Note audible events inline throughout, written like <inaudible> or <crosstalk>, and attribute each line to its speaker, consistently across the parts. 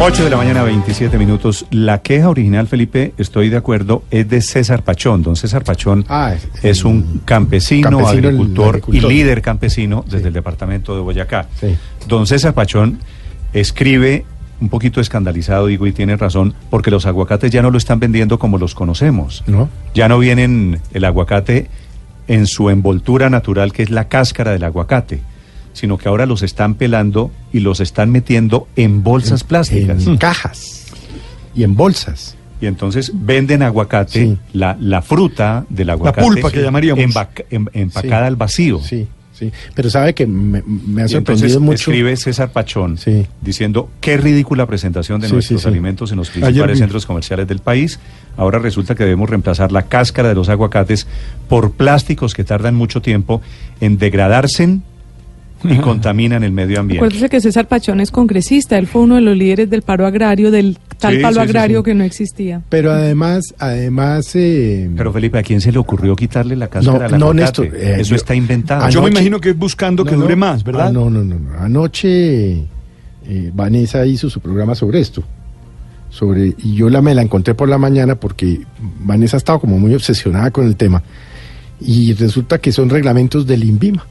Speaker 1: 8 de la mañana, 27 minutos. La queja original, Felipe, estoy de acuerdo, es de César Pachón. Don César Pachón
Speaker 2: Ah, es-
Speaker 1: es un campesino,
Speaker 2: Campesino, el
Speaker 1: agricultor,
Speaker 2: agricultor.
Speaker 1: y líder campesino desde
Speaker 2: Sí.
Speaker 1: el departamento de Boyacá.
Speaker 2: Sí.
Speaker 1: Don César Pachón escribe un poquito escandalizado, digo, y tiene razón, porque los aguacates ya no lo están vendiendo como los conocemos.
Speaker 2: No.
Speaker 1: Ya no vienen el aguacate en su envoltura natural, que es la cáscara del aguacate, sino que ahora los están pelando y los están metiendo en bolsas plásticas. Mm.
Speaker 2: En cajas y en bolsas.
Speaker 1: Y entonces venden aguacate,
Speaker 2: Sí.
Speaker 1: la, la fruta del aguacate.
Speaker 3: pulpa que llamaríamos.
Speaker 1: embac- em- empacada
Speaker 2: Sí.
Speaker 1: al vacío.
Speaker 2: Sí, sí. Pero sabe que me, me ha
Speaker 1: Y entonces
Speaker 2: sorprendido pues, mucho.
Speaker 1: escribe César Pachón
Speaker 2: Sí.
Speaker 1: diciendo qué ridícula presentación de
Speaker 2: Sí,
Speaker 1: nuestros
Speaker 2: sí, sí.
Speaker 1: alimentos en los
Speaker 3: Ayer
Speaker 1: principales
Speaker 3: vi.
Speaker 1: centros comerciales del país. Ahora resulta que debemos reemplazar la cáscara de los aguacates por plásticos que tardan mucho tiempo en degradarse
Speaker 2: Ah.
Speaker 1: y contaminan el medio ambiente.
Speaker 4: Acuérdese que César Pachón es congresista, él fue uno de los líderes del paro agrario, del tal
Speaker 1: Sí,
Speaker 4: paro
Speaker 1: sí, sí,
Speaker 4: agrario
Speaker 1: sí.
Speaker 4: que no existía.
Speaker 2: Pero además, además. eh,
Speaker 1: Pero Felipe, ¿a quién se le ocurrió quitarle la cáscara
Speaker 2: No,
Speaker 1: al
Speaker 2: no,
Speaker 1: aguacate?
Speaker 2: Néstor, eh,
Speaker 1: Eso
Speaker 2: yo-
Speaker 1: está inventado.
Speaker 2: Ah,
Speaker 3: Yo me
Speaker 2: Anoche-
Speaker 3: imagino que es buscando que
Speaker 2: no,
Speaker 3: dure
Speaker 2: no.
Speaker 3: más, ¿verdad?
Speaker 2: Ah, no, no, no, no. Anoche eh, Vanessa hizo su programa sobre esto. Sobre, y yo la me la encontré por la mañana porque Vanessa ha estado como muy obsesionada con el tema. Y resulta que son reglamentos del INVIMA.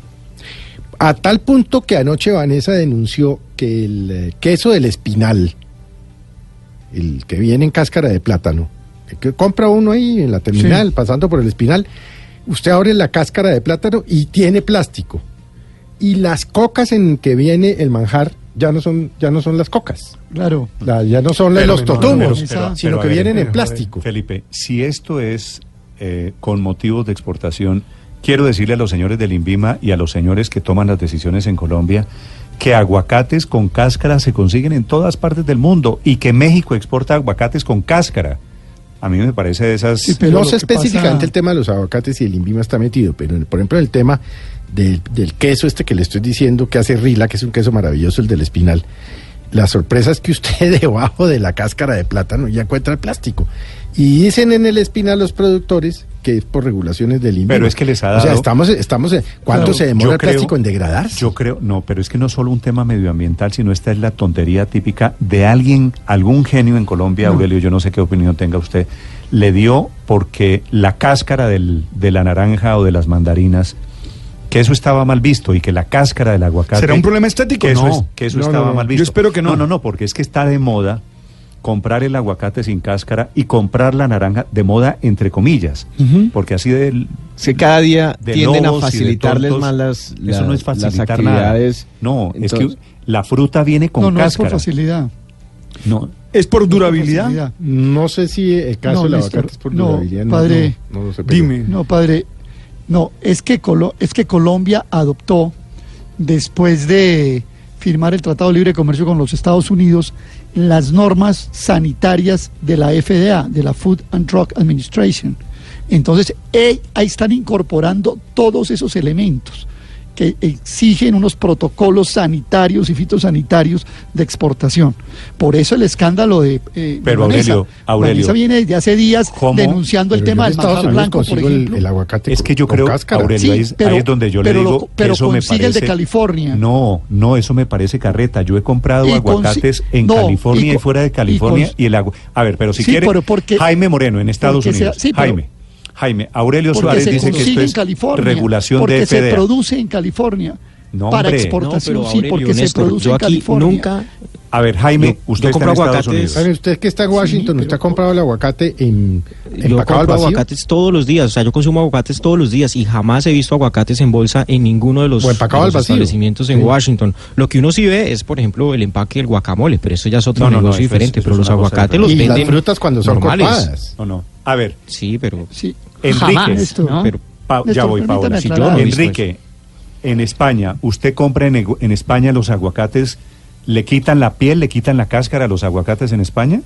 Speaker 2: A tal punto que anoche Vanessa denunció que el eh, queso del espinal, el que viene en cáscara de plátano, el que compra uno ahí en la terminal, pasando por el espinal, usted abre la cáscara de plátano y tiene plástico. Y las cocas en que viene el manjar ya no son, ya no son las cocas,
Speaker 3: Claro.
Speaker 2: la- ya no son
Speaker 3: Pero
Speaker 2: los
Speaker 3: no, no,
Speaker 2: totumos,
Speaker 3: pero- pero-
Speaker 2: sino
Speaker 1: pero
Speaker 2: que
Speaker 1: a ver, eh,
Speaker 2: vienen en
Speaker 3: pero a ver.
Speaker 2: plástico.
Speaker 1: Felipe, si esto es eh, con motivos de exportación, quiero decirle a los señores del INVIMA y a los señores que toman las decisiones en Colombia que aguacates con cáscara se consiguen en todas partes del mundo y que México exporta aguacates con cáscara. A mí me parece de esas...
Speaker 3: Sí, pero
Speaker 2: no
Speaker 3: lo
Speaker 2: sé
Speaker 3: que
Speaker 2: específicamente
Speaker 3: pasa-
Speaker 2: el tema de los aguacates y el INVIMA está metido, pero en- por ejemplo el tema del, del queso este que le estoy diciendo que hace Rila, que es un queso maravilloso, el del espinal. La sorpresa es que usted <laughs> debajo de la cáscara de plátano ya encuentra el plástico. Y dicen en el espinal los productores que es por regulaciones del INVIMA.
Speaker 1: Pero es que les ha
Speaker 2: O sea,
Speaker 1: dado-
Speaker 2: estamos, estamos en- ¿cuánto
Speaker 1: Claro,
Speaker 2: se demora
Speaker 1: yo
Speaker 2: el
Speaker 1: creo-
Speaker 2: plástico en degradarse?
Speaker 1: Yo creo, no, pero es que no solo un tema medioambiental, sino esta es la tontería típica de alguien, algún genio en Colombia, Aurelio, yo no sé qué opinión tenga usted, le dio porque la cáscara del- de la naranja o de las mandarinas, que eso estaba mal visto y que la cáscara del aguacate...
Speaker 3: ¿Será un problema estético?
Speaker 1: Que eso,
Speaker 3: No.
Speaker 1: es- que eso
Speaker 3: No, no,
Speaker 1: estaba
Speaker 3: no.
Speaker 1: mal
Speaker 3: Yo
Speaker 1: visto.
Speaker 3: espero que no.
Speaker 1: No, no, no, porque es que está de moda comprar el aguacate sin cáscara y comprar la naranja de moda entre comillas,
Speaker 3: Ujú.
Speaker 1: porque así de
Speaker 5: Se cada día
Speaker 1: de
Speaker 5: tienden a
Speaker 1: lobos y de
Speaker 5: facilitarles
Speaker 1: tordos.
Speaker 5: más las,
Speaker 1: eso no es
Speaker 5: las- las
Speaker 1: facilitar
Speaker 5: actividades.
Speaker 1: nada. No, es
Speaker 5: Entonces-
Speaker 1: que la fruta viene con
Speaker 3: no, no es por
Speaker 1: cáscara.
Speaker 3: facilidad.
Speaker 1: No,
Speaker 3: Es por
Speaker 2: Ya.
Speaker 3: durabilidad.
Speaker 2: No sé si el caso
Speaker 3: No,
Speaker 2: del
Speaker 3: Néstor,
Speaker 2: aguacate es por
Speaker 3: no,
Speaker 2: durabilidad.
Speaker 3: padre,
Speaker 2: no, no lo sé, pero-
Speaker 3: Dime.
Speaker 6: No, padre, no, es que, Colo- es que Colombia adoptó, después de firmar el Tratado de Libre Comercio con los Estados Unidos, las normas sanitarias de la FDA, de la Food and Drug Administration. Entonces, eh, ahí están incorporando todos esos elementos que exigen unos protocolos sanitarios y fitosanitarios de exportación. Por eso el escándalo de... eh,
Speaker 1: Pero,
Speaker 6: Vanessa.
Speaker 1: Aurelio, Aurelio.
Speaker 6: Vanessa viene desde hace días
Speaker 1: ¿Cómo?
Speaker 6: denunciando el
Speaker 2: Pero
Speaker 6: tema
Speaker 2: yo en
Speaker 6: del
Speaker 2: Estados
Speaker 6: manjar
Speaker 2: Unidos
Speaker 6: blanco, por
Speaker 2: consigo el-
Speaker 6: ejemplo.
Speaker 2: el aguacate
Speaker 1: es que yo
Speaker 2: con
Speaker 1: creo,
Speaker 2: cáscara.
Speaker 1: Aurelio,
Speaker 6: Sí,
Speaker 1: ahí, es- ahí
Speaker 6: pero-
Speaker 1: es donde yo le
Speaker 6: pero lo
Speaker 1: digo
Speaker 6: co-
Speaker 1: que
Speaker 6: pero
Speaker 1: eso me
Speaker 6: consigue
Speaker 1: parece...
Speaker 6: el de California.
Speaker 1: No, no, eso me parece carreta. Yo he comprado
Speaker 6: Y consi-
Speaker 1: aguacates en
Speaker 6: no,
Speaker 1: California
Speaker 6: y
Speaker 1: y,
Speaker 6: co-
Speaker 1: fuera de
Speaker 6: y
Speaker 1: California
Speaker 6: cons-
Speaker 1: y, el agua... A ver, pero si
Speaker 6: Sí,
Speaker 1: quiere...
Speaker 6: pero porque-
Speaker 1: Jaime Moreno, en Estados
Speaker 6: porque se-
Speaker 1: Unidos.
Speaker 6: sí, pero-
Speaker 1: Jaime, Jaime, Aurelio
Speaker 6: Porque
Speaker 1: Suárez
Speaker 6: se
Speaker 1: dice que
Speaker 6: consigue
Speaker 1: esto
Speaker 6: en
Speaker 1: es
Speaker 6: California,
Speaker 1: regulación
Speaker 6: porque
Speaker 1: de
Speaker 6: se
Speaker 1: FDA.
Speaker 6: produce en California.
Speaker 1: No,
Speaker 6: para
Speaker 1: hombre.
Speaker 6: exportación,
Speaker 5: No, pero
Speaker 6: sí,
Speaker 5: Aurelio,
Speaker 6: porque se
Speaker 5: Néstor,
Speaker 6: produce
Speaker 5: yo
Speaker 6: en
Speaker 5: aquí
Speaker 6: California.
Speaker 5: nunca-
Speaker 1: A ver, Jaime,
Speaker 5: Yo-
Speaker 1: usted
Speaker 5: yo
Speaker 1: está en
Speaker 5: compro
Speaker 1: Estados
Speaker 5: aguacates-
Speaker 1: Unidos.
Speaker 2: Sabe usted que está en Washington,
Speaker 6: pero-
Speaker 2: ¿usted ha comprado el aguacate en,
Speaker 5: Yo
Speaker 2: empacado al
Speaker 5: compro
Speaker 2: vacío?
Speaker 5: aguacates todos los días, o sea, yo consumo aguacates todos los días y jamás he visto aguacates en bolsa en ninguno de los,
Speaker 2: O empacado al
Speaker 5: de los
Speaker 2: vacío.
Speaker 5: establecimientos en
Speaker 2: Sí.
Speaker 5: Washington. Lo que uno sí ve es, por ejemplo, el empaque del guacamole, pero eso ya es otro
Speaker 1: No, no, no,
Speaker 5: negocio
Speaker 1: eso es-
Speaker 5: diferente,
Speaker 1: eso
Speaker 5: pero
Speaker 1: es
Speaker 5: los
Speaker 1: una cosa
Speaker 5: aguacates los
Speaker 1: diferente.
Speaker 2: Y
Speaker 5: venden
Speaker 2: las frutas cuando son
Speaker 5: normales.
Speaker 2: cortadas.
Speaker 1: No, no. A ver,
Speaker 5: Sí, pero
Speaker 6: Sí.
Speaker 1: Enríquez,
Speaker 6: Jamás, ¿no?
Speaker 5: pero-
Speaker 1: Pa- ya
Speaker 6: Néstor,
Speaker 1: voy,
Speaker 6: permítame
Speaker 1: Paola.
Speaker 5: Sí, yo
Speaker 6: aclarar.
Speaker 5: no he visto
Speaker 1: Enrique, en España, ¿usted compra en, egu- en España los aguacates ¿Le quitan la piel, le quitan la cáscara a los aguacates en España?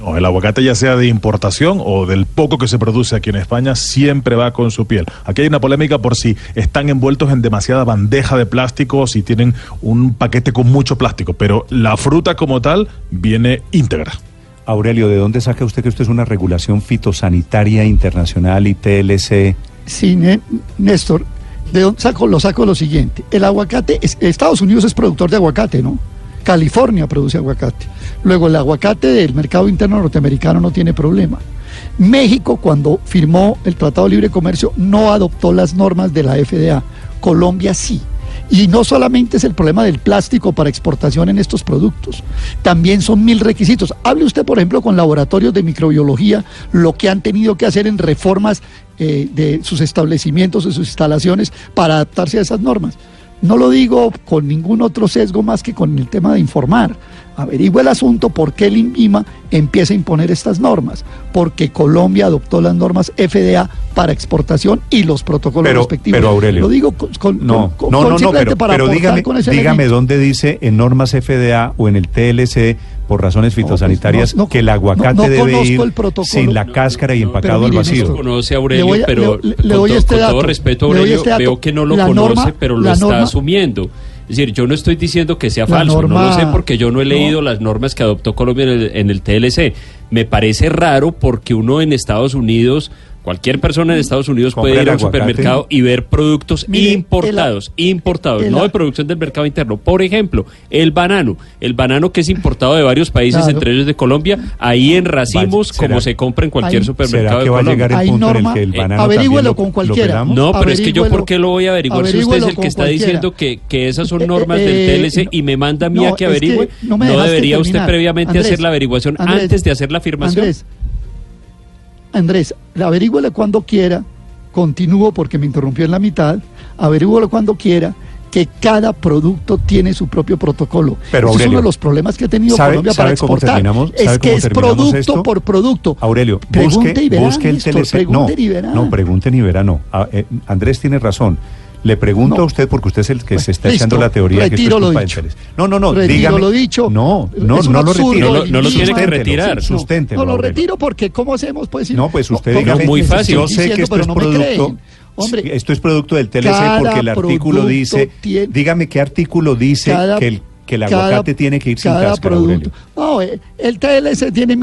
Speaker 3: No, el aguacate ya sea de importación o del poco que se produce aquí en España, siempre va con su piel. Aquí hay una polémica por si están envueltos en demasiada bandeja de plástico o si tienen un paquete con mucho plástico, pero la fruta como tal viene íntegra.
Speaker 1: Aurelio, ¿de dónde saca usted que esto es una regulación fitosanitaria internacional y TLC?
Speaker 6: Sí, Né- Néstor, ¿de dónde saco? lo saco lo siguiente. El aguacate, es- Estados Unidos es productor de aguacate, ¿no? California produce aguacate. Luego el aguacate del mercado interno norteamericano no tiene problema. México, cuando firmó el Tratado de Libre Comercio, no adoptó las normas de la FDA. Colombia sí. Y no solamente es el problema del plástico para exportación en estos productos, también son mil requisitos. Hable usted, por ejemplo, con laboratorios de microbiología, lo que han tenido que hacer en reformas eh, de sus establecimientos, de sus instalaciones, para adaptarse a esas normas. No lo digo con ningún otro sesgo más que con el tema de informar. Averigüe el asunto por qué el INVIMA empieza a imponer estas normas. Porque Colombia adoptó las normas FDA para exportación y los protocolos
Speaker 1: Pero-
Speaker 6: respectivos.
Speaker 1: pero, Aurelio,
Speaker 6: Lo digo con, con-
Speaker 1: No,
Speaker 6: con-
Speaker 1: no, no,
Speaker 6: con
Speaker 1: no,
Speaker 6: simplemente
Speaker 1: pero,
Speaker 6: para
Speaker 1: pero
Speaker 6: aportar
Speaker 1: dígame,
Speaker 6: con ese
Speaker 1: dígame
Speaker 6: elemento.
Speaker 1: dónde dice en normas FDA o en el TLC por razones
Speaker 6: pues,
Speaker 1: fitosanitarias
Speaker 6: no, no,
Speaker 1: que el
Speaker 6: no,
Speaker 1: aguacate
Speaker 6: no
Speaker 1: debe
Speaker 6: conozco
Speaker 1: ir
Speaker 6: el protocolo.
Speaker 1: sin la
Speaker 6: No,
Speaker 1: cáscara y
Speaker 7: no,
Speaker 6: pero
Speaker 1: empacado al
Speaker 6: mire,
Speaker 1: vacío.
Speaker 6: Néstor,
Speaker 7: conoce a
Speaker 6: Le
Speaker 7: Aurelio,
Speaker 6: voy a-
Speaker 7: pero
Speaker 6: le- le
Speaker 7: con,
Speaker 6: doy
Speaker 7: to-
Speaker 6: este
Speaker 7: con todo
Speaker 6: dato.
Speaker 7: respeto,
Speaker 6: Le doy
Speaker 7: Aurelio,
Speaker 6: este dato.
Speaker 7: veo que no lo
Speaker 6: La
Speaker 7: conoce,
Speaker 6: norma-
Speaker 7: pero lo
Speaker 6: la
Speaker 7: está
Speaker 6: norma-
Speaker 7: asumiendo. Es decir, yo no estoy diciendo que sea
Speaker 6: La
Speaker 7: falso, no
Speaker 6: norma-
Speaker 7: lo sé porque yo no he
Speaker 6: no.
Speaker 7: leído las normas que adoptó Colombia en el, en el TLC. Me parece raro porque uno en Estados Unidos, cualquier persona en Estados Unidos
Speaker 1: Compra el
Speaker 7: puede ir a un
Speaker 1: aguacate.
Speaker 7: supermercado y ver productos
Speaker 6: Mire,
Speaker 7: importados,
Speaker 6: el a-
Speaker 7: importados,
Speaker 6: el
Speaker 7: no
Speaker 6: a-
Speaker 7: de producción del mercado interno. Por ejemplo, el banano, el banano que es importado de varios países,
Speaker 6: Claro.
Speaker 7: entre ellos de Colombia, ahí en racimos,
Speaker 1: ¿será-
Speaker 7: como se compra en cualquier
Speaker 6: ahí-
Speaker 7: supermercado
Speaker 1: ¿Será
Speaker 7: de
Speaker 1: que va a
Speaker 7: Colombia.
Speaker 1: llegar el
Speaker 6: Hay
Speaker 1: punto
Speaker 6: norma-
Speaker 1: en el que el
Speaker 7: eh,
Speaker 1: banano
Speaker 6: averígüelo
Speaker 1: también lo-
Speaker 6: con
Speaker 1: lo
Speaker 6: cualquiera.
Speaker 1: pelamos?
Speaker 7: No, pero es que yo,
Speaker 6: Averígüelo.
Speaker 7: ¿por qué lo voy a averiguar si usted es
Speaker 6: Averígüelo
Speaker 7: el
Speaker 6: con
Speaker 7: que está
Speaker 6: cualquiera.
Speaker 7: diciendo que, que esas son
Speaker 6: Eh,
Speaker 7: normas
Speaker 6: eh,
Speaker 7: del TLC
Speaker 6: eh,
Speaker 7: y me manda a mí
Speaker 6: no,
Speaker 7: a que
Speaker 6: es que
Speaker 7: averigüe?
Speaker 6: no
Speaker 7: no,
Speaker 6: me dejaste
Speaker 7: debería usted
Speaker 6: terminar.
Speaker 7: previamente
Speaker 6: Andrés,
Speaker 7: hacer la averiguación
Speaker 6: Andrés,
Speaker 7: antes de hacer la afirmación?
Speaker 6: Andrés, Andrés, averígüelo cuando quiera, continúo porque me interrumpió en la mitad, averígüelo cuando quiera, que cada producto tiene su propio protocolo.
Speaker 1: Pero,
Speaker 6: Ese es
Speaker 1: Aurelio,
Speaker 6: uno de los problemas que ha tenido
Speaker 1: ¿sabe-
Speaker 6: Colombia para
Speaker 1: sabe cómo
Speaker 6: exportar.
Speaker 1: terminamos- sabe
Speaker 6: es que
Speaker 1: cómo
Speaker 6: es
Speaker 1: terminamos
Speaker 6: producto
Speaker 1: esto?
Speaker 6: por producto.
Speaker 1: Aurelio,
Speaker 6: Pregunte
Speaker 1: busque,
Speaker 6: y verá,
Speaker 1: busque el
Speaker 6: Néstor,
Speaker 1: TLC. No,
Speaker 6: pregunte y verá.
Speaker 1: no, pregunte y verá, no. Ah, eh, Andrés tiene razón. Le pregunto
Speaker 6: No.
Speaker 1: a usted porque usted es el que se está
Speaker 6: Listo,
Speaker 1: echando la teoría que esto
Speaker 6: retiro
Speaker 1: es
Speaker 6: lo
Speaker 1: culpa de
Speaker 6: dicho.
Speaker 1: Pérez. No, no, no,
Speaker 6: Retiro
Speaker 1: dígame.
Speaker 6: lo dicho.
Speaker 1: No, no,
Speaker 6: Es un
Speaker 1: no lo
Speaker 6: absurdo,
Speaker 1: retiro.
Speaker 7: No lo- no lo tiene que
Speaker 1: Susténtelo,
Speaker 7: retirar.
Speaker 1: Susténtelo.
Speaker 6: No, lo
Speaker 1: Aurelio.
Speaker 6: retiro porque ¿cómo hacemos? Pues, si-
Speaker 1: No, pues usted
Speaker 6: no,
Speaker 1: dígame.
Speaker 7: no, muy fácil.
Speaker 1: Yo sé que
Speaker 6: Diciendo,
Speaker 1: esto
Speaker 6: pero
Speaker 1: es
Speaker 6: no me
Speaker 1: producto.
Speaker 6: creen. Hombre,
Speaker 1: esto es producto del TLC
Speaker 6: cada
Speaker 1: porque el artículo
Speaker 6: producto
Speaker 1: dice.
Speaker 6: tiene-
Speaker 1: dígame qué artículo dice
Speaker 6: cada-
Speaker 1: que el, que el
Speaker 6: cada-
Speaker 1: aguacate tiene que ir sin
Speaker 6: cada
Speaker 1: cáscara,
Speaker 6: producto.
Speaker 1: Aurelio.
Speaker 6: No, eh, el TLC tiene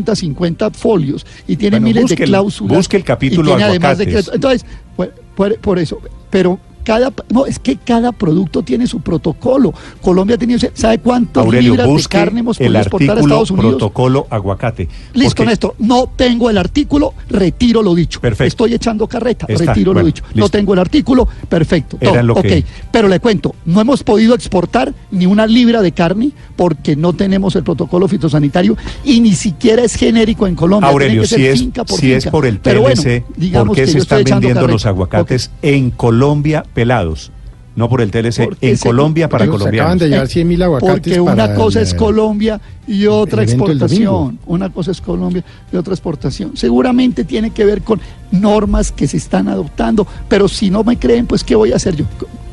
Speaker 6: 1250 folios y tiene
Speaker 1: Bueno,
Speaker 6: miles
Speaker 1: busque
Speaker 6: de
Speaker 1: el-
Speaker 6: cláusulas.
Speaker 1: busque el capítulo
Speaker 6: y tiene además de
Speaker 1: aguacates.
Speaker 6: que- entonces, por, por- por eso, pero cada no, es que cada producto tiene su protocolo. Colombia ha tenido ¿sabe cuántas
Speaker 1: Aurelio,
Speaker 6: libras de
Speaker 1: busque
Speaker 6: carne hemos
Speaker 1: el
Speaker 6: podido exportar a
Speaker 1: artículo
Speaker 6: Estados Unidos?
Speaker 1: protocolo aguacate.
Speaker 6: Listo,
Speaker 1: porque-
Speaker 6: Néstor. No tengo el artículo, retiro lo dicho.
Speaker 1: Perfecto.
Speaker 6: Estoy echando carreta,
Speaker 1: Está,
Speaker 6: retiro
Speaker 1: bueno,
Speaker 6: lo dicho. No
Speaker 1: listo.
Speaker 6: tengo el artículo, perfecto.
Speaker 1: Era
Speaker 6: todo,
Speaker 1: lo
Speaker 6: ok.
Speaker 1: que-
Speaker 6: Pero le cuento, no hemos podido exportar ni una libra de carne porque no tenemos el protocolo fitosanitario y ni siquiera es genérico en Colombia. Tiene
Speaker 1: Aurelio,
Speaker 6: que ser
Speaker 1: si, es,
Speaker 6: finca por
Speaker 1: si es
Speaker 6: finca.
Speaker 1: por el
Speaker 6: Pero bueno,
Speaker 1: TLC,
Speaker 6: digamos
Speaker 1: ¿por qué
Speaker 6: que
Speaker 1: se
Speaker 6: yo estoy
Speaker 1: están
Speaker 6: echando
Speaker 1: vendiendo los
Speaker 6: carreta.
Speaker 1: aguacates
Speaker 6: Ok.
Speaker 1: en Colombia pelados? No por el TLC,
Speaker 6: Porque
Speaker 1: en
Speaker 6: se-
Speaker 1: Colombia para
Speaker 6: Digo,
Speaker 2: se acaban de
Speaker 1: colombianos.
Speaker 2: llevar 100 mil aguacates.
Speaker 6: Eh, Porque una
Speaker 2: para
Speaker 6: cosa es
Speaker 2: el-
Speaker 6: Colombia y otra
Speaker 2: el evento del
Speaker 6: exportación.
Speaker 2: domingo.
Speaker 6: Una cosa es Colombia y otra exportación. Seguramente tiene que ver con normas que se están adoptando, pero si no me creen, pues ¿qué voy a hacer yo?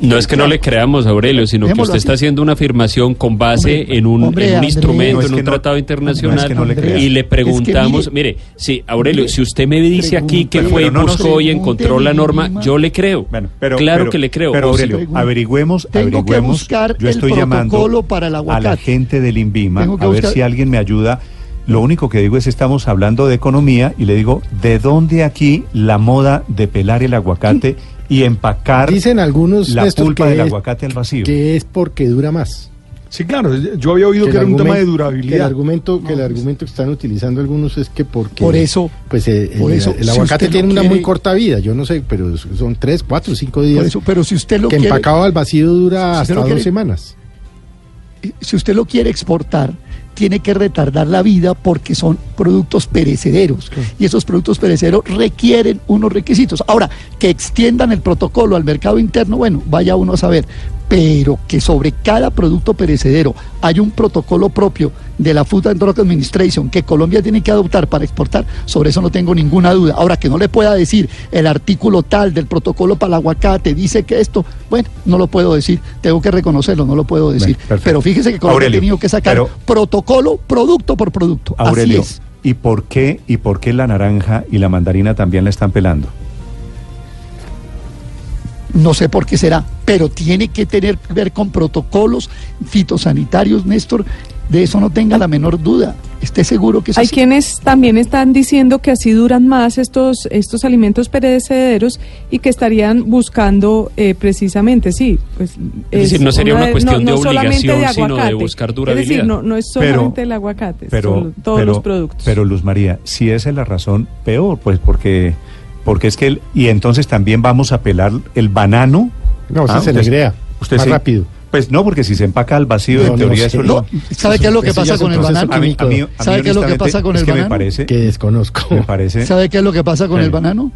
Speaker 7: No es que no le creamos, Aurelio, sino que
Speaker 6: Dejémoslo
Speaker 7: usted está
Speaker 6: así.
Speaker 7: haciendo una afirmación con base
Speaker 6: Hombre,
Speaker 7: en un,
Speaker 6: hombre,
Speaker 7: en un
Speaker 6: Andrés.
Speaker 7: instrumento,
Speaker 1: No, es
Speaker 7: en
Speaker 1: que
Speaker 7: un
Speaker 1: no-
Speaker 7: tratado internacional,
Speaker 1: no, es que no le creas.
Speaker 6: Es
Speaker 7: y le
Speaker 6: que mire-
Speaker 7: preguntamos, mire, sí, Aurelio,
Speaker 6: mire,
Speaker 7: si usted me dice aquí que
Speaker 6: pregunta-
Speaker 7: fue y
Speaker 1: pero no, no,
Speaker 7: buscó
Speaker 6: sí.
Speaker 7: y encontró la norma, yo le creo.
Speaker 1: Bueno, pero-
Speaker 7: claro
Speaker 1: pero-
Speaker 7: que le creo.
Speaker 1: Pero
Speaker 7: O si-
Speaker 1: Aurelio,
Speaker 6: pregunta.
Speaker 1: averigüemos,
Speaker 6: Tengo que
Speaker 1: averigüemos.
Speaker 6: buscar
Speaker 1: Yo
Speaker 6: el
Speaker 1: estoy llamando
Speaker 6: protocolo para el
Speaker 1: a la
Speaker 6: aguacate.
Speaker 1: gente del INVIMA
Speaker 6: Tengo que
Speaker 1: a ver
Speaker 6: buscar-
Speaker 1: si alguien me ayuda. Lo único que digo es estamos hablando de economía y le digo, ¿de dónde aquí la moda de pelar el aguacate y empacar
Speaker 2: Dicen algunos
Speaker 1: la
Speaker 2: Néstor,
Speaker 1: pulpa
Speaker 2: que
Speaker 1: del
Speaker 2: es-
Speaker 1: aguacate al vacío?
Speaker 2: que es porque dura más.
Speaker 3: Sí, claro, yo había oído que,
Speaker 2: el
Speaker 3: era un
Speaker 2: argumen-
Speaker 3: tema de
Speaker 2: que el
Speaker 3: durabilidad.
Speaker 2: argumento que el
Speaker 6: No,
Speaker 2: argumento que están utilizando algunos es que porque
Speaker 6: Por eso,
Speaker 2: pues eh, el,
Speaker 6: por eso,
Speaker 2: el
Speaker 6: si
Speaker 2: aguacate
Speaker 6: usted
Speaker 2: tiene
Speaker 6: no
Speaker 2: una
Speaker 6: quiere-
Speaker 2: muy corta vida, yo no sé, pero son tres, cuatro, cinco días.
Speaker 6: Por eso, pero si usted lo
Speaker 2: que
Speaker 6: quiere,
Speaker 2: empacado al vacío dura
Speaker 6: Si usted
Speaker 2: hasta
Speaker 6: lo
Speaker 2: dos
Speaker 6: quiere-
Speaker 2: semanas.
Speaker 6: si usted lo quiere exportar, tiene que retardar la vida porque son productos perecederos. Y esos productos perecederos requieren unos requisitos. Ahora, que extiendan el protocolo al mercado interno, bueno, vaya uno a saber. pero que sobre cada producto perecedero hay un protocolo propio de la Food and Drug Administration que Colombia tiene que adoptar para exportar, sobre eso no tengo ninguna duda. Ahora, que no le pueda decir el artículo tal del protocolo para el aguacate, dice que esto, bueno, no lo puedo decir, tengo que reconocerlo, no lo puedo decir.
Speaker 1: perfecto.
Speaker 6: pero fíjese que Colombia
Speaker 1: Aurelio,
Speaker 6: ha tenido que sacar
Speaker 1: pero-
Speaker 6: protocolo producto por producto.
Speaker 1: Aurelio,
Speaker 6: Así es.
Speaker 1: ¿y por qué y por qué la naranja y la mandarina también la están pelando?
Speaker 6: No sé por qué será, pero tiene que tener que ver con protocolos fitosanitarios, Néstor. De eso no tenga la menor duda. Esté seguro
Speaker 7: Pues
Speaker 6: que es
Speaker 4: Hay
Speaker 6: así.
Speaker 4: quienes también están diciendo que así duran más estos, estos alimentos perecederos y que estarían buscando eh, precisamente, sí. Pues,
Speaker 7: Es decir, no sería
Speaker 4: una
Speaker 7: una
Speaker 4: de-
Speaker 7: cuestión de
Speaker 4: solamente
Speaker 7: obligación, sino de
Speaker 4: aguacate.
Speaker 7: buscar
Speaker 4: Es decir,
Speaker 7: durabilidad.
Speaker 4: no, no es
Speaker 1: Pero-
Speaker 4: solamente el aguacate, son todos los productos.
Speaker 1: Pero Luz María, si esa es la razón, peor, pues porque porque es que el- y entonces también vamos a pelar el banano. Ah,
Speaker 2: No, ese se negrea, más rápido.
Speaker 1: Pues no, porque si se empaca al vacío,
Speaker 2: No,
Speaker 1: en
Speaker 2: no
Speaker 1: teoría
Speaker 2: sé.
Speaker 1: eso
Speaker 6: No, ¿sabe qué es lo que
Speaker 2: Eso ya
Speaker 6: pasa
Speaker 2: es
Speaker 6: con
Speaker 2: un
Speaker 6: el
Speaker 2: proceso
Speaker 6: banano?
Speaker 1: A mí- a mí- a mí
Speaker 6: ¿Sabe qué es lo que
Speaker 1: honestamente,
Speaker 6: pasa con
Speaker 1: es
Speaker 6: el
Speaker 1: que
Speaker 6: banano?
Speaker 1: Me parece,
Speaker 2: que desconozco.
Speaker 1: me parece
Speaker 6: ¿Sabe qué es lo que pasa con
Speaker 1: Sí.
Speaker 6: el banano?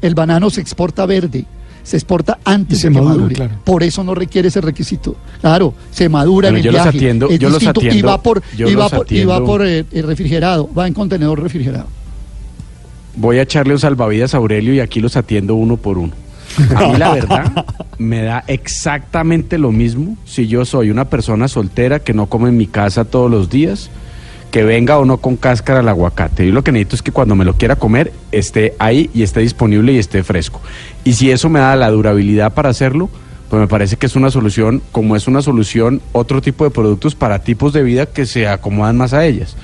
Speaker 6: El banano se exporta verde, se exporta antes
Speaker 2: Y se
Speaker 6: de que
Speaker 2: madura,
Speaker 6: madure.
Speaker 2: claro.
Speaker 6: Por eso no requiere ese requisito. Claro, se madura
Speaker 8: Bueno,
Speaker 6: en el
Speaker 8: yo los
Speaker 6: viaje.
Speaker 8: atiendo-
Speaker 6: es
Speaker 8: yo los
Speaker 6: distinto, y
Speaker 8: atiendo-
Speaker 6: va por,
Speaker 8: yo
Speaker 6: y va
Speaker 8: los
Speaker 6: por, y va
Speaker 8: atiendo.
Speaker 6: por eh, el refrigerado, va en contenedor refrigerado.
Speaker 8: Voy a echarle un salvavidas a Aurelio y aquí los atiendo uno por uno. A mí la verdad me da exactamente lo mismo si yo soy una persona soltera que no come en mi casa todos los días, que venga o no con cáscara el aguacate. Yo lo que necesito es que cuando me lo quiera comer esté ahí y esté disponible y esté fresco. Y si eso me da la durabilidad para hacerlo, pues me parece que es una solución, como es una solución otro tipo de productos para tipos de vida que se acomodan más a ellas.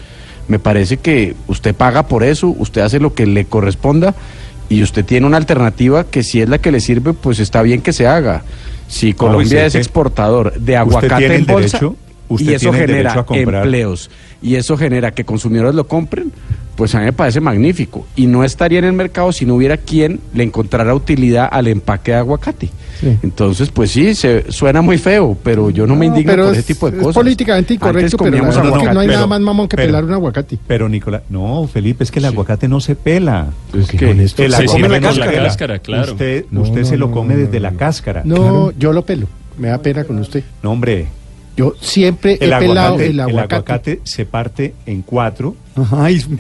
Speaker 8: Me parece que usted paga por eso, usted hace lo que le corresponda y usted tiene una alternativa que si es la que le sirve, pues está bien que se haga. Si Colombia
Speaker 1: es
Speaker 8: es
Speaker 1: que
Speaker 8: exportador de
Speaker 1: usted tiene
Speaker 8: aguacate
Speaker 1: el
Speaker 8: en bolsa,
Speaker 1: derecho- usted
Speaker 8: y eso
Speaker 1: tiene el
Speaker 8: genera
Speaker 1: derecho a comprar.
Speaker 8: empleos y eso genera que consumidores lo compren, pues a mí me parece magnífico y no estaría en el mercado si no hubiera quien le encontrara utilidad al empaque de aguacate.
Speaker 2: Sí.
Speaker 8: Entonces, pues sí, se suena muy feo, pero yo no, me indigno
Speaker 2: pero
Speaker 8: por
Speaker 2: es-
Speaker 8: ese tipo de
Speaker 2: es
Speaker 8: cosas.
Speaker 2: políticamente
Speaker 8: Antes
Speaker 2: incorrecto, pero la
Speaker 8: comíamos
Speaker 2: verdad es que
Speaker 8: aguacate.
Speaker 2: no hay
Speaker 1: pero-
Speaker 2: nada más mamón que
Speaker 1: pero-
Speaker 2: pelar un aguacate.
Speaker 1: Pero Nicolás, no, Felipe, es que el aguacate no se pela.
Speaker 8: Es que-
Speaker 2: Con esto
Speaker 1: El
Speaker 2: se
Speaker 7: Se
Speaker 1: aguacate
Speaker 7: sirve
Speaker 1: no
Speaker 7: con
Speaker 1: se
Speaker 7: la
Speaker 1: pela.
Speaker 7: cáscara, claro.
Speaker 1: Usted,
Speaker 2: No,
Speaker 1: usted
Speaker 2: no,
Speaker 1: se lo
Speaker 2: no,
Speaker 1: come
Speaker 2: no,
Speaker 1: desde
Speaker 2: no,
Speaker 1: la
Speaker 2: no.
Speaker 1: cáscara.
Speaker 2: No, yo lo pelo. Me da pena con usted.
Speaker 1: No, hombre.
Speaker 2: Yo siempre he
Speaker 1: El
Speaker 2: pelado
Speaker 1: aguacate,
Speaker 2: el aguacate.
Speaker 1: se parte en cuatro.
Speaker 6: Ajá, y un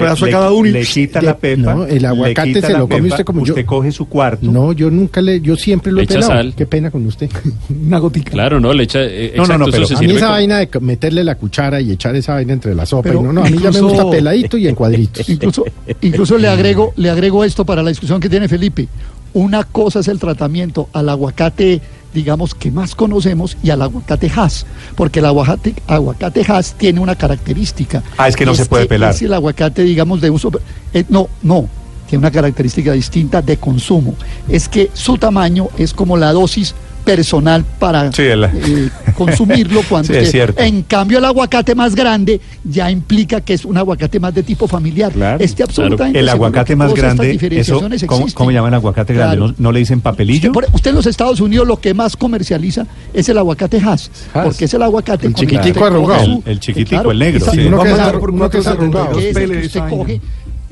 Speaker 1: le, Le quita la
Speaker 2: Le-
Speaker 1: pepa.
Speaker 2: no, el
Speaker 1: le
Speaker 2: aguacate
Speaker 1: quita
Speaker 2: se
Speaker 1: la
Speaker 2: lo come
Speaker 1: pepa,
Speaker 2: usted como yo.
Speaker 1: coge su cuarto.
Speaker 2: No, yo nunca le, yo siempre lo
Speaker 7: Le
Speaker 2: he
Speaker 7: echa
Speaker 2: pelado.
Speaker 7: sal.
Speaker 2: Qué pena con usted. <laughs>
Speaker 6: Una gotica.
Speaker 7: Claro, no, le echa. eh,
Speaker 1: No, no,
Speaker 7: exacto,
Speaker 1: no,
Speaker 7: eso
Speaker 1: pero-
Speaker 7: se
Speaker 2: A mí
Speaker 7: sirve
Speaker 2: esa
Speaker 7: con-
Speaker 2: vaina de meterle la cuchara y echar esa vaina entre la sopa.
Speaker 6: Pero
Speaker 2: y no, no, a mí ya me
Speaker 6: incluso-
Speaker 2: gusta peladito y en cuadritos.
Speaker 6: Pues, Incluso, incluso le agrego, le agrego esto para la discusión que tiene Felipe. Una cosa es el tratamiento al aguacate, digamos, que más conocemos y al aguacate Hass, porque el aguacate, aguacate Hass tiene una característica.
Speaker 1: Ah, es que no se puede pelar.
Speaker 6: Es el aguacate, digamos, de uso. eh, no, no. Tiene una característica distinta de consumo. Es que su tamaño es como la dosis personal para
Speaker 1: Sí, el-
Speaker 6: eh,
Speaker 1: <laughs>
Speaker 6: consumirlo cuando
Speaker 1: Sí, es
Speaker 6: usted-
Speaker 1: cierto.
Speaker 6: en cambio, el aguacate más grande ya implica que es un aguacate más de tipo familiar.
Speaker 1: Claro.
Speaker 6: Este absolutamente
Speaker 1: El
Speaker 6: seguro
Speaker 1: aguacate
Speaker 6: que
Speaker 1: más
Speaker 6: todas estas
Speaker 1: grande, eso,
Speaker 6: diferenciaciones
Speaker 1: ¿cómo,
Speaker 6: existen.
Speaker 1: cómo llaman aguacate grande?
Speaker 6: Claro.
Speaker 1: ¿No, no le dicen papelillo?
Speaker 6: Usted, por- usted en los Estados Unidos lo que más comercializa es el aguacate Hass,
Speaker 8: Hass.
Speaker 6: porque es el aguacate
Speaker 2: El
Speaker 6: con
Speaker 2: chiquitico
Speaker 6: usted
Speaker 2: arrugado.
Speaker 6: coge su-
Speaker 1: El- el chiquitico, el negro,
Speaker 6: esa-
Speaker 1: sí.
Speaker 6: uno
Speaker 2: Uno
Speaker 6: que
Speaker 2: que
Speaker 6: es
Speaker 2: es
Speaker 6: arru-
Speaker 2: arru-
Speaker 6: uno
Speaker 2: uno
Speaker 6: que es arrugado, que es el
Speaker 8: pele
Speaker 6: que usted
Speaker 8: esa
Speaker 6: coge,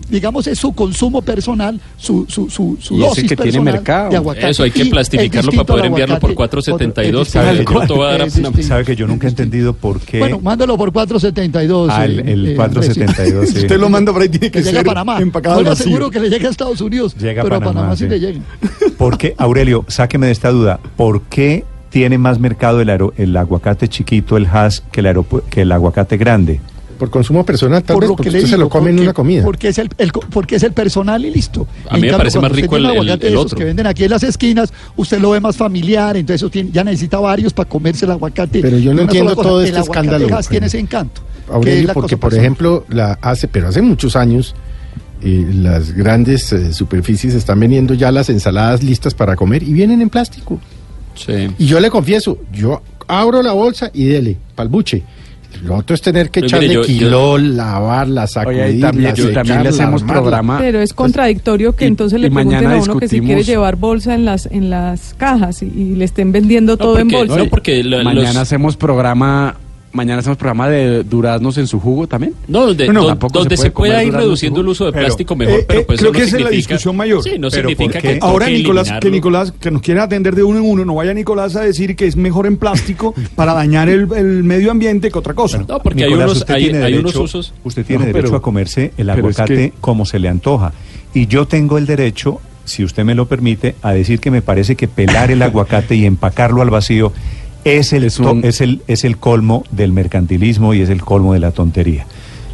Speaker 6: digamos es su consumo personal, su, su, su, su
Speaker 8: Y es el
Speaker 6: dosis
Speaker 8: que tiene
Speaker 6: personal
Speaker 8: mercado.
Speaker 6: de aguacate.
Speaker 7: Eso hay que
Speaker 6: Y es
Speaker 7: plastificarlo para
Speaker 6: distinto
Speaker 7: poder
Speaker 6: al
Speaker 7: enviarlo por
Speaker 6: aguacate, otro-
Speaker 7: 4.72,
Speaker 6: es
Speaker 7: que de
Speaker 6: distinto.
Speaker 7: pronto va a dar
Speaker 6: Es
Speaker 7: una-
Speaker 6: distinto.
Speaker 7: sí.
Speaker 1: Sabe que yo nunca he entendido por qué
Speaker 6: Bueno, mándalo por 472.
Speaker 1: Ah, el-
Speaker 6: eh,
Speaker 1: el
Speaker 6: eh,
Speaker 1: 472, sí. Usted lo
Speaker 8: manda por ahí, tiene
Speaker 6: <laughs> Que llega a Panamá.
Speaker 8: empacado
Speaker 6: No
Speaker 8: al
Speaker 6: le
Speaker 8: vacío.
Speaker 6: aseguro que le llegue a Estados Unidos.
Speaker 1: llega
Speaker 6: pero
Speaker 1: a Panamá.
Speaker 6: sí
Speaker 1: sí.
Speaker 6: le llega.
Speaker 1: ¿Por qué, Aurelio, sáqueme de esta duda, ¿por qué tiene más mercado el, aero- el aguacate chiquito, el has, que el, aeropu- que el aguacate grande?
Speaker 2: Por consumo personal, tal vez, porque usted se lo
Speaker 6: digo,
Speaker 2: come en
Speaker 6: porque-
Speaker 2: una comida.
Speaker 6: Porque es el, el co- porque es el personal y listo.
Speaker 7: A mí me parece
Speaker 6: cuando
Speaker 7: más rico
Speaker 6: usted tiene
Speaker 7: el-
Speaker 6: un aguacate
Speaker 7: el- el
Speaker 6: de esos
Speaker 7: otro.
Speaker 6: que venden aquí en las esquinas, usted lo ve más familiar, entonces eso tiene- ya necesita varios para comerse el aguacate.
Speaker 2: Pero yo no
Speaker 6: Una
Speaker 2: entiendo
Speaker 6: sola cosa,
Speaker 2: todo
Speaker 6: el
Speaker 2: este
Speaker 6: aguacate
Speaker 2: escándalo,
Speaker 6: Hass tiene
Speaker 2: Jaime.
Speaker 6: ese encanto. que es
Speaker 2: Aurelio,
Speaker 6: la
Speaker 2: porque
Speaker 6: cosa
Speaker 2: por
Speaker 6: personal.
Speaker 2: ejemplo, la hace, pero hace muchos años eh, las grandes eh, superficies están vendiendo ya las ensaladas listas para comer y vienen en plástico.
Speaker 7: Sí.
Speaker 2: Y yo le confieso, yo abro la bolsa y dele, palbuche. Lo otro es tener que
Speaker 7: Pues
Speaker 2: echarle
Speaker 7: mire, yo-
Speaker 2: kilo, lavarla, sacudirla,
Speaker 8: Oye, y también, yo- también le
Speaker 2: secarla,
Speaker 8: hacemos
Speaker 2: armarla.
Speaker 8: programa.
Speaker 7: ah,
Speaker 4: Pero
Speaker 7: pues,
Speaker 4: es contradictorio que
Speaker 8: y-
Speaker 4: entonces
Speaker 8: y
Speaker 4: le pregunten
Speaker 8: mañana
Speaker 4: a uno que si quiere
Speaker 8: discutimos-
Speaker 4: llevar bolsa en las en las cajas y, y le estén vendiendo
Speaker 7: No,
Speaker 4: todo en
Speaker 7: porque-
Speaker 4: bolsa.
Speaker 7: no, porque la-
Speaker 8: Mañana
Speaker 7: los-
Speaker 8: hacemos programa Mañana hacemos programa de duraznos en su jugo también.
Speaker 7: No, donde,
Speaker 8: Bueno,
Speaker 7: don-
Speaker 8: tampoco
Speaker 7: donde
Speaker 8: se
Speaker 7: se
Speaker 8: puede comer
Speaker 7: pueda ir
Speaker 8: duraznos,
Speaker 7: reduciendo el uso de
Speaker 9: Pero,
Speaker 7: plástico mejor,
Speaker 9: eh,
Speaker 7: pero
Speaker 9: eh,
Speaker 7: pues
Speaker 9: creo
Speaker 7: eso no
Speaker 9: que esa es la
Speaker 7: significa-
Speaker 9: discusión mayor.
Speaker 7: Sí, no
Speaker 9: Pero ¿por
Speaker 7: significa que
Speaker 9: qué?
Speaker 7: toque
Speaker 9: ahora Nicolás, que
Speaker 7: eliminarlo.
Speaker 9: Nicolás que nos quiera atender de uno en uno, no vaya Nicolás a decir que es mejor en plástico para dañar el, el medio ambiente que otra cosa.
Speaker 7: No, porque
Speaker 1: Nicolás,
Speaker 7: hay unos,
Speaker 1: usted
Speaker 7: hay,
Speaker 1: tiene
Speaker 7: hay unos
Speaker 1: derecho-
Speaker 7: usos.
Speaker 1: Usted tiene
Speaker 8: No,
Speaker 1: derecho
Speaker 8: pero-
Speaker 1: a comerse el
Speaker 8: pero es
Speaker 1: aguacate
Speaker 8: que-
Speaker 1: como se le antoja. Y yo tengo el derecho, si usted me lo permite, a decir que me parece que pelar el aguacate y empacarlo al vacío es el,
Speaker 8: Es
Speaker 1: to-
Speaker 8: un-
Speaker 1: es, el, es el colmo del mercantilismo y es el colmo de la tontería.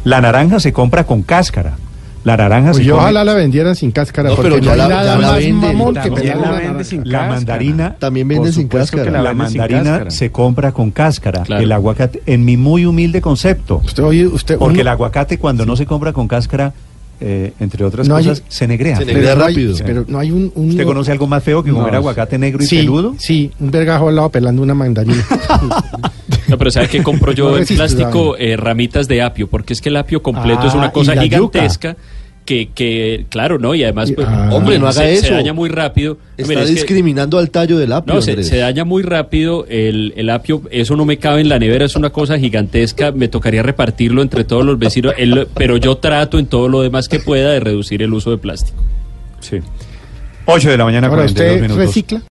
Speaker 1: La naranja se compra con cáscara. La naranja se
Speaker 2: Pues yo
Speaker 1: come-
Speaker 2: ojalá la vendieran sin cáscara,
Speaker 10: No,
Speaker 2: porque
Speaker 10: pero
Speaker 2: no
Speaker 10: ya
Speaker 2: hay
Speaker 10: la-
Speaker 2: nada
Speaker 10: ya la
Speaker 2: más
Speaker 10: venden,
Speaker 2: mamón que
Speaker 8: También
Speaker 2: pelar
Speaker 8: la
Speaker 2: una
Speaker 8: venden
Speaker 2: naranja.
Speaker 8: sin
Speaker 1: la
Speaker 8: cáscara.
Speaker 1: mandarina
Speaker 10: También venden
Speaker 8: Por
Speaker 10: sin
Speaker 8: supuesto que
Speaker 10: cáscara.
Speaker 1: la,
Speaker 8: venden sin
Speaker 1: mandarina
Speaker 8: cáscara.
Speaker 1: se compra con cáscara
Speaker 7: Claro.
Speaker 1: el aguacate en mi muy humilde concepto
Speaker 2: Usted oye, usted
Speaker 1: Porque
Speaker 2: uno-
Speaker 1: el aguacate cuando no se compra con cáscara, eh, entre otras
Speaker 2: No,
Speaker 1: cosas,
Speaker 2: yo-
Speaker 1: se negrea.
Speaker 10: Se
Speaker 2: pero
Speaker 10: negra
Speaker 2: no hay-
Speaker 10: rápido.
Speaker 2: Pero no hay un, un-
Speaker 1: ¿Usted conoce algo más feo que
Speaker 8: No,
Speaker 1: comer
Speaker 8: sí.
Speaker 1: aguacate negro y
Speaker 2: sí,
Speaker 1: peludo?
Speaker 2: Sí, un vergajo al lado pelando una mandarina.
Speaker 7: <laughs> No, pero ¿sabe qué
Speaker 9: <laughs>
Speaker 7: compro yo
Speaker 2: No
Speaker 7: en
Speaker 2: resiste,
Speaker 7: plástico? Eh, ramitas de apio, porque es que el apio completo
Speaker 2: Ah,
Speaker 7: es una cosa
Speaker 2: y la
Speaker 7: gigantesca que, que, claro, ¿no? Y además,
Speaker 2: Y-
Speaker 7: pues,
Speaker 2: ah.
Speaker 10: Hombre, no
Speaker 7: se-
Speaker 10: haga
Speaker 7: Se
Speaker 10: eso.
Speaker 7: daña muy rápido. Ah, Mira,
Speaker 10: Está
Speaker 7: es que-
Speaker 10: discriminando al tallo del apio.
Speaker 7: No, se,
Speaker 10: Andrés.
Speaker 7: se daña muy rápido el, el apio. Eso no me cabe en la nevera, es una cosa gigantesca. Me tocaría repartirlo entre todos los vecinos. el- pero yo trato en todo lo demás que pueda de reducir el uso de plástico.
Speaker 1: Sí. 8 de la mañana,
Speaker 2: Ahora,
Speaker 1: 42
Speaker 2: ¿usted
Speaker 1: minutos.
Speaker 2: recicla?